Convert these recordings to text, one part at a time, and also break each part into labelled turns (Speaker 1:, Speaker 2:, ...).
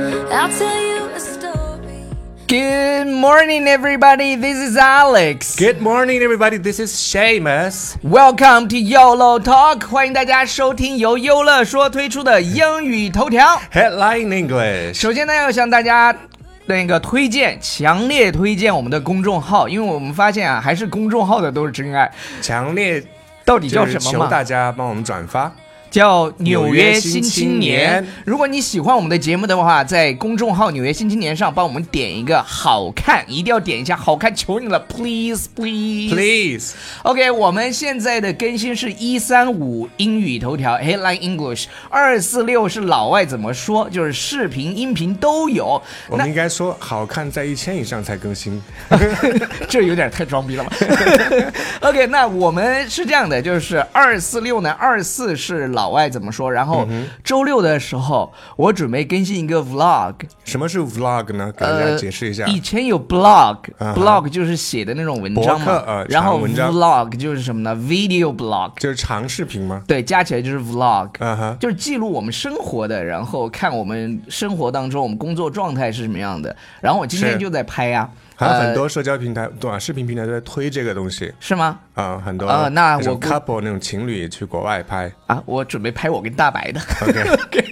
Speaker 1: tell you a story.
Speaker 2: Good morning, everybody. This is Alex.
Speaker 3: Good morning, everybody. This is Seamus.
Speaker 2: Welcome to YOLO Talk，欢迎大家收听由优乐说推出的英语头条。
Speaker 3: Headline English.
Speaker 2: 首先呢，要向大家那个推荐，强烈推荐我们的公众号，因为我们发现啊，还是公众号的都是真爱。
Speaker 3: 强烈
Speaker 2: 到底叫
Speaker 3: 就是
Speaker 2: 什么
Speaker 3: 求
Speaker 2: 嘛
Speaker 3: 大？家帮我们转发。
Speaker 2: 叫《纽约
Speaker 3: 约
Speaker 2: 新
Speaker 3: 新
Speaker 2: 青
Speaker 3: 青
Speaker 2: 年
Speaker 3: 年》。
Speaker 2: 如果你喜欢我们的节目的话，在公众号《纽约新青年》上帮我们点一个好看，一定要点一下好看，求你了，please please
Speaker 3: Please，
Speaker 2: OK，我们现在的更新是一三五英语头条 Headline English，二四六是老外怎么说，就是视频、音频都有。
Speaker 3: 我们应该说好看在一千以上才 更新。
Speaker 2: 这有点太装逼了吧 ？OK，那我们是这样的，就是二四六呢，二四是老外怎么说，然后
Speaker 3: 嗯
Speaker 2: 周六的时候我准备更新一个 Vlog，
Speaker 3: 什么是 Vlog 呢？给大
Speaker 2: 呃，
Speaker 3: 家解释一下。
Speaker 2: 以前有 blog，blog、
Speaker 3: 嗯哼
Speaker 2: blog 就是写的那种文章嘛
Speaker 3: 博客，呃
Speaker 2: 然后
Speaker 3: 长文章
Speaker 2: vlog 就是什么呢？video blog。
Speaker 3: 就是长视频吗？
Speaker 2: 对，加起来就是 vlog，、
Speaker 3: 嗯哼
Speaker 2: 就是记录我们生活的，然后看我们生活当中我们工作状态是什么样的。然后我今天
Speaker 3: 是
Speaker 2: 就在拍呀、
Speaker 3: 还有很
Speaker 2: 呃
Speaker 3: 多社交平台、短视频平台都在推这个东西
Speaker 2: 是吗？
Speaker 3: 啊、很多
Speaker 2: 啊那我
Speaker 3: 种
Speaker 2: 估
Speaker 3: couple 那种情侣去国外 拍。
Speaker 2: 啊，我准备拍我跟大白的。
Speaker 3: OK，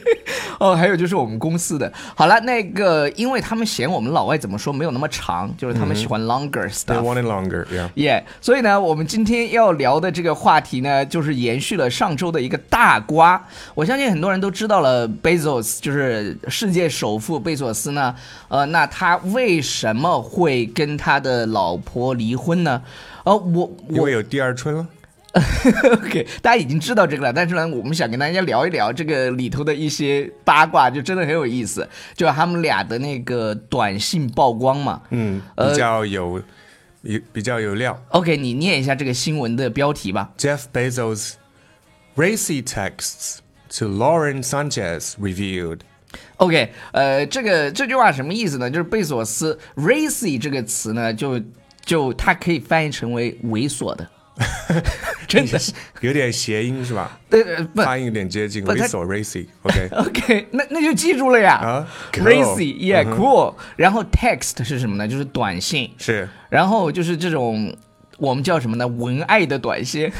Speaker 2: 哦，还有就是我们公司的。好了，那个，因为他们嫌我们老外怎么说没有那么长，就是
Speaker 3: 嗯
Speaker 2: 他们喜欢 longer
Speaker 3: they
Speaker 2: stuff。
Speaker 3: want it longer. Yeah.
Speaker 2: 耶所以呢，我们今天要聊的这个话题呢，就是延续了上周的一个大瓜。我相信很多人都知道了，Bezos 就是世界首富贝索斯呢，呃，那他为什么会跟他的老婆离婚呢？呃，我
Speaker 3: 因
Speaker 2: 我
Speaker 3: 为有第二春了。
Speaker 2: OK，大家已经知道这个了，但是呢，我们想跟大家聊一聊这个里头的一些八卦，就真的很有意思。就他们俩的那个短信曝光嘛。
Speaker 3: 嗯，
Speaker 2: 呃
Speaker 3: 比较有，有比较有料。
Speaker 2: OK，你念一下这个新闻的标题吧。
Speaker 3: Jeff Bezos' racy texts to Lauren Sanchez revealed.
Speaker 2: OK，呃，这个这句话什么意思呢？就是贝索斯 “racy” 这个词呢，就就它可以翻译成为猥琐 的，真的是
Speaker 3: 有点谐音是吧？
Speaker 2: 对对不
Speaker 3: 发音有点接近，
Speaker 2: 不
Speaker 3: 猥
Speaker 2: 他
Speaker 3: 琐 racy。OK，
Speaker 2: OK，那那就记住了呀。
Speaker 3: 啊
Speaker 2: racy
Speaker 3: cool，嗯
Speaker 2: yeah cool，、然后 text 是什么呢？就是短信，
Speaker 3: 是
Speaker 2: 然后就是这种我们叫什么呢？文爱的短信。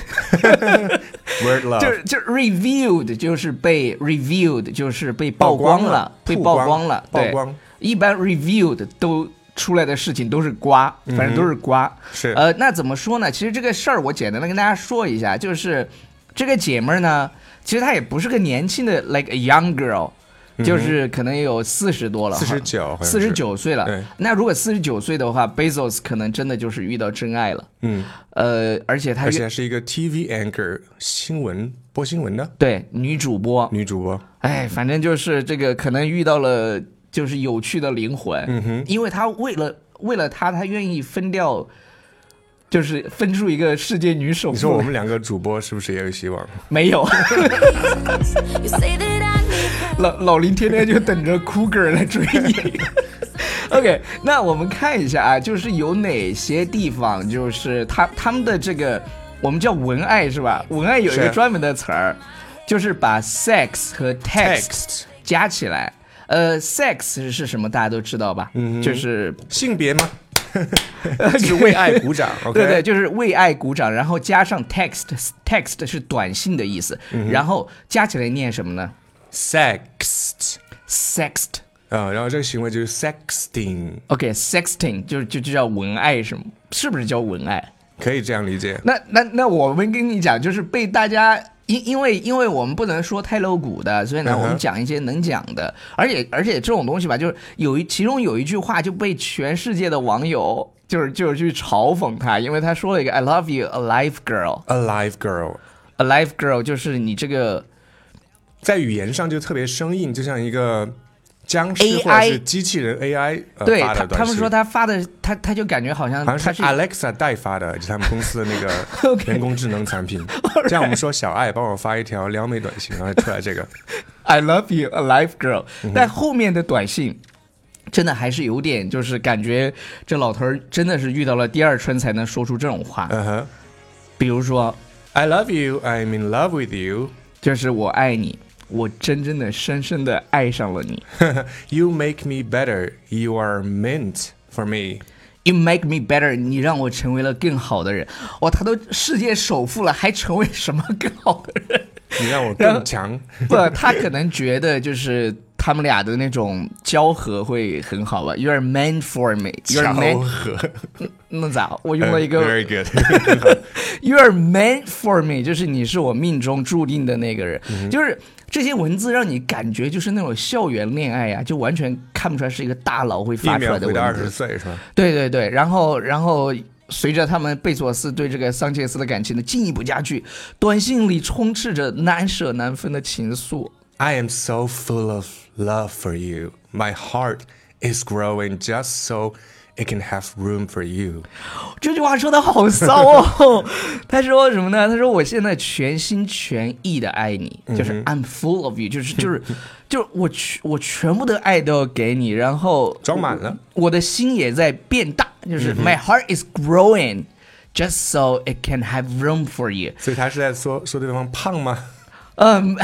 Speaker 3: word
Speaker 2: 就
Speaker 3: love。
Speaker 2: 是就是 reviewed 就是被 reviewed 就是被曝光
Speaker 3: 曝光了
Speaker 2: 被
Speaker 3: 曝
Speaker 2: 曝
Speaker 3: 光
Speaker 2: 光了，
Speaker 3: 曝
Speaker 2: 对
Speaker 3: 光
Speaker 2: 一般 reviewed 都。出来的事情都是瓜，反正都是瓜。
Speaker 3: 嗯是
Speaker 2: 呃，那怎么说呢？其实这个事儿我简单的跟大家说一下，就是这个姐们儿呢，其实她也不是个年轻的，like a young
Speaker 3: 嗯
Speaker 2: girl，、就是可能有四十多了，
Speaker 3: 49好像
Speaker 2: 四
Speaker 3: 是
Speaker 2: 十九岁了
Speaker 3: 对。
Speaker 2: 那如果四十九岁的话，Bezos 可能真的就是遇到真爱了。
Speaker 3: 嗯，
Speaker 2: 呃，而且她
Speaker 3: 而且是一个 TV anchor 新闻播新闻的
Speaker 2: 对女主播，
Speaker 3: 女主播。
Speaker 2: 哎，反正就是这个，可能遇到了就是有趣的灵魂，嗯哼，因为他为了为了他，他愿意分掉，就是分出一个世界女首
Speaker 3: 你说我
Speaker 2: 富，
Speaker 3: 们两个主播是不是也有希望？
Speaker 2: 没有，
Speaker 1: You say that I need help.
Speaker 2: 老老林天天就等着 Cougar 来追你。OK，那我们看一下啊，就是有哪些地方，就是他他们的这个我们叫文爱是吧？文爱有一个
Speaker 3: 是
Speaker 2: 专门的词儿，就是把 sex 和 text 加起来。呃，sex 是什么？大家都知道吧？嗯，就是
Speaker 3: 性别吗？是为爱鼓掌。OK，
Speaker 2: 对对，就是为爱鼓掌，然后加上 text，text 是短信的意思，然后加起来念什么呢
Speaker 3: sext。
Speaker 2: ？sext。
Speaker 3: 啊，然后这个行为就是 sexting，
Speaker 2: OK，sexting、就就就叫文爱什么？是不是叫文爱？
Speaker 3: 可以这样理解。
Speaker 2: 那那那我们跟你讲，就是被大家因因为因为我们不能说太露骨的，所以呢，
Speaker 3: 嗯哼
Speaker 2: 我们讲一些能讲的，而且而且这种东西吧，就是有一其中有一句话就被全世界的网友就是就是去嘲讽他，因为他说了一个 "I love you, alive girl,
Speaker 3: Alive girl，
Speaker 2: alive girl"，就是你这个
Speaker 3: 在语言上就特别生硬，就像一个僵尸
Speaker 2: AI
Speaker 3: 或者是机器人 AI 呃
Speaker 2: 对
Speaker 3: 发
Speaker 2: 他
Speaker 3: 的短信。
Speaker 2: 他们说他发的他他就感觉好像
Speaker 3: 好
Speaker 2: 他
Speaker 3: 像
Speaker 2: 是
Speaker 3: 是 Alexa 代发的， 就是他们公司的那个
Speaker 2: OK
Speaker 3: 人工智能 产品。这样我们说小爱帮我发一条撩妹短信，然后出来这个
Speaker 2: I love you, alive girl。但
Speaker 3: 嗯
Speaker 2: 后面的短信真的还是有点，就是感觉这老头儿真的是遇到了第二春才能说出这种话。
Speaker 3: 嗯哼
Speaker 2: 比如说，
Speaker 3: I love you, I'm in love with you,
Speaker 2: 就是我爱你，我真真的深深的爱上了你。
Speaker 3: You make me better. You are meant for me.
Speaker 2: You make me better，你让我成为了更好的人。哇，他都世界首富了，还成为什么更好的人？
Speaker 3: 你让我
Speaker 2: 然后
Speaker 3: 更强。
Speaker 2: 不，他可能觉得就是他们俩的那种交合会很好吧。You are meant for me. You are
Speaker 3: 巧
Speaker 2: meant
Speaker 3: 合，
Speaker 2: 那咋？我用了一个
Speaker 3: very good，
Speaker 2: You are meant for me，就是你是我命中注定的那个人，
Speaker 3: 嗯
Speaker 2: 就是。这些文字让你感觉就是那种校园恋爱啊呀、就完全看不出来是一个大佬会
Speaker 3: 一
Speaker 2: 发出
Speaker 3: 秒
Speaker 2: 来的
Speaker 3: 回到二
Speaker 2: 文字。
Speaker 3: 十岁是吧？
Speaker 2: 对对对，然后然后随着他们贝索斯对这个桑切斯的感情的进一步加剧，短信里充斥着难舍难分的情愫。
Speaker 3: I am so full of love for you. My heart is growing just so it can have room for you.
Speaker 2: 这句话说的好骚哦！ 他说什么呢？他说我现在全心全意的爱你，
Speaker 3: 嗯
Speaker 2: 就是 I'm full of you，就是就是 就是我全我全部的爱都要给你，然后
Speaker 3: 装满了嗯
Speaker 2: 我，我的心也在变大，就是 My heart is growing。Just so it can have room for you。
Speaker 3: 所以他是在说说对方胖吗？
Speaker 2: 嗯，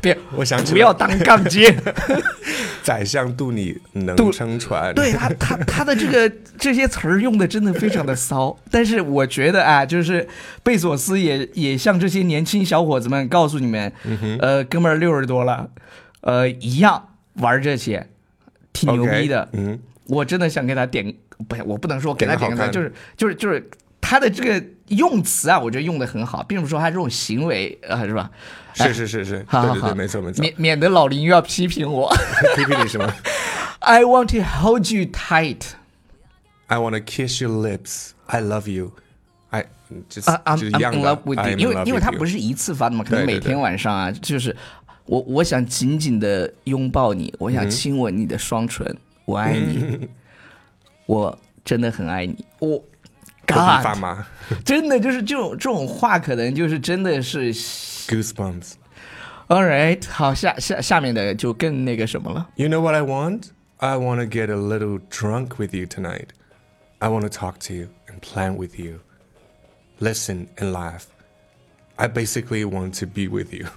Speaker 2: 别，
Speaker 3: 我想起
Speaker 2: 不
Speaker 3: 来
Speaker 2: 要当杠精。
Speaker 3: 宰相肚里能
Speaker 2: 肚
Speaker 3: 撑船。
Speaker 2: 对他，他他的这个这些词儿用的真的非常的骚，但是我觉得啊，就是贝索斯也也向这些年轻小伙子们告诉你们，
Speaker 3: 嗯
Speaker 2: 呃，哥们儿六十多了，呃，一样玩这些，挺
Speaker 3: OK，
Speaker 2: 牛逼的。
Speaker 3: 嗯，
Speaker 2: 我真的想给他点，不是，我不能说给他点
Speaker 3: 点
Speaker 2: 个
Speaker 3: 个
Speaker 2: 赞，
Speaker 3: 好看
Speaker 2: 就是就是就是他的这个用词啊，我觉得用的很好，并不是说他这种行为啊、呃，是吧？
Speaker 3: 是是是是，
Speaker 2: 好
Speaker 3: 对
Speaker 2: 好
Speaker 3: 对
Speaker 2: 好，
Speaker 3: 对，没错没 错。
Speaker 2: 免免得老林又要批评我。
Speaker 3: 批评你什么
Speaker 2: I want to hold you tight。
Speaker 3: ？I wanna kiss your lips. I love you. I 就是
Speaker 2: 啊 Uh,
Speaker 3: 就
Speaker 2: ，I'm
Speaker 3: 是一
Speaker 2: I'm
Speaker 3: 样
Speaker 2: in
Speaker 3: 的
Speaker 2: love with you，
Speaker 3: I'm in
Speaker 2: 因为
Speaker 3: love
Speaker 2: 因为它
Speaker 3: with you
Speaker 2: 不是一次发的嘛，可能
Speaker 3: 对对
Speaker 2: 每天晚上啊，就是我我想紧紧的拥抱你，我
Speaker 3: 嗯
Speaker 2: 想亲吻你的双唇，我爱你，我真的很爱你， 我
Speaker 3: 头皮发
Speaker 2: God，
Speaker 3: 麻
Speaker 2: 真的就是这种这种话，可能就是真的是
Speaker 3: ，goosebumps。
Speaker 2: ，All right，好，下下下面的就更那个什么了。
Speaker 3: You know what I want? I want to get a little drunk with you tonight. I want to talk to you and plan with you. Listen and laugh. I basically want to be with you.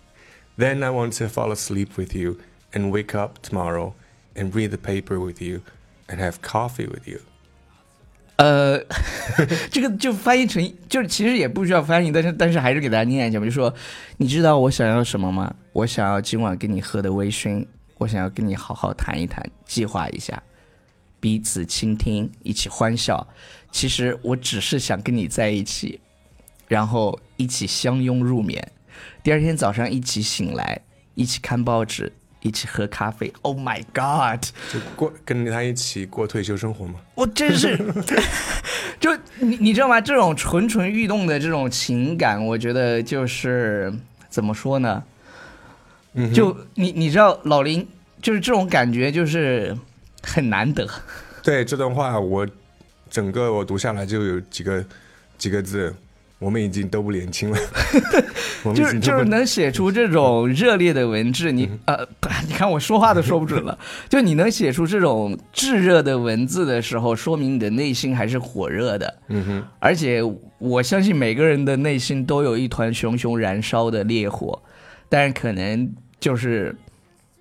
Speaker 3: Then I want to fall asleep with you and wake up tomorrow and read the paper with you and have coffee with you.
Speaker 2: 呃， 这个就翻译成，就是其实也不需要翻译，但是但是还是给大家念一下吧。就说，你知道我想要什么吗？我想要今晚跟你喝的微醺，我想要跟你好好谈一谈，计划一下，彼此倾听，一起欢笑。其实我只是想跟你在一起，然后一起相拥入眠，第二天早上一起醒来，一起看报纸，一起喝咖啡。Oh my god！
Speaker 3: 就过跟着他一起过退休生活吗？
Speaker 2: 我真是，就你你知道吗？这种蠢蠢欲动的这种情感，我觉得就是怎么说呢？就你你知道老林就是这种感觉，就是很难得。
Speaker 3: 对这段话，我整个我读下来就有几个几个 字，我们已经都不年轻了，我们
Speaker 2: 就
Speaker 3: 已
Speaker 2: 是
Speaker 3: 经
Speaker 2: 就
Speaker 3: 都不
Speaker 2: 是能写出这种热烈的文字，你呃，不你看我说话都说不准了。就你能写出这种炙热的文字的时候，说明你的内心还是火热的。嗯哼，而且我相信每个人的内心都有一团熊熊燃烧的烈火，但是可能就是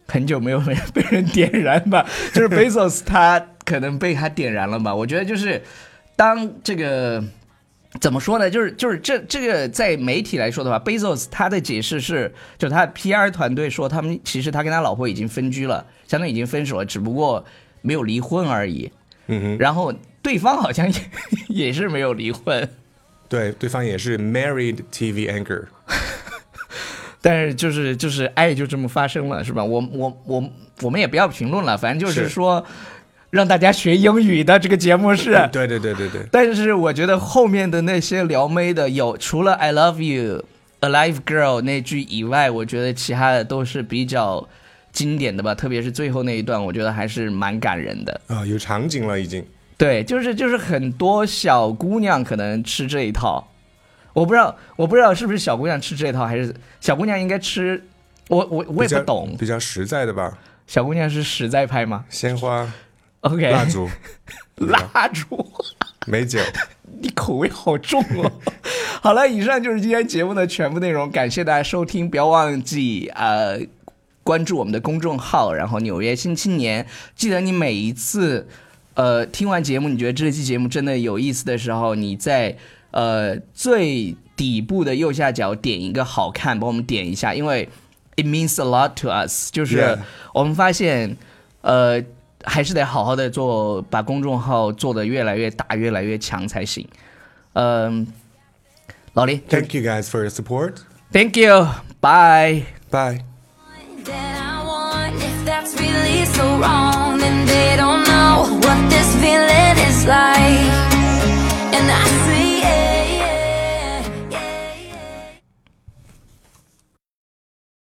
Speaker 2: 很久没有人被人点燃吧，就是 Bezos 他可能被他点燃了吧。我觉得就是当这个怎么说呢，就是就是这这个在媒体来说的话，Bezos 他的解释是，就他的 PR 团队说，他们其实他跟他老婆已经分居了，相当于已经分手了，只不过没有离婚而已。
Speaker 3: 嗯哼。
Speaker 2: 然后对方好像也也是没有离婚，
Speaker 3: 对，对方也是 married TV anchor，
Speaker 2: 但是就是就是爱就这么发生了，是吧？我我我我们也不要评论了，反正就是
Speaker 3: 是
Speaker 2: 说让大家学英语的这个节目是。
Speaker 3: 对对对对对，
Speaker 2: 但是我觉得后面的那些撩妹的有，除了 "I love you, alive girl" 那句以外，我觉得其他的都是比较经典的吧，特别是最后那一段，我觉得还是蛮感人的。
Speaker 3: 啊、有场景了已经。
Speaker 2: 对，就是就是很多小姑娘可能吃这一套，我不知道我不知道是不是小姑娘吃这一套，还是小姑娘应该吃，我我我
Speaker 3: 比
Speaker 2: 也
Speaker 3: 较
Speaker 2: 不懂，
Speaker 3: 比较实在的吧，
Speaker 2: 小姑娘是实在派吗
Speaker 3: 鲜花、
Speaker 2: ？OK，
Speaker 3: 蜡 烛、
Speaker 2: 蜡烛。
Speaker 3: 美酒，
Speaker 2: 你口味好重哦。 好了，以上就是今天节目的全部内容，感谢大家收听，不要忘记呃关注我们的公众号，然后《纽约新青年》，记得你每一次呃听完节目，你觉得这期节目真的有意思的时候，你在呃最底部的右下角点一个好看，帮我们点一下，因为 it means a lot to us，就是
Speaker 3: Yeah
Speaker 2: 我们发现呃。还是得好好的做，把公众号做得越来越大、越来越强才行。嗯，老林
Speaker 3: Thank you guys for your support.
Speaker 2: ，Thank you，bye。
Speaker 3: Bye.
Speaker 1: that I want. If that's really so wrong, then they don't know what this feeling is like.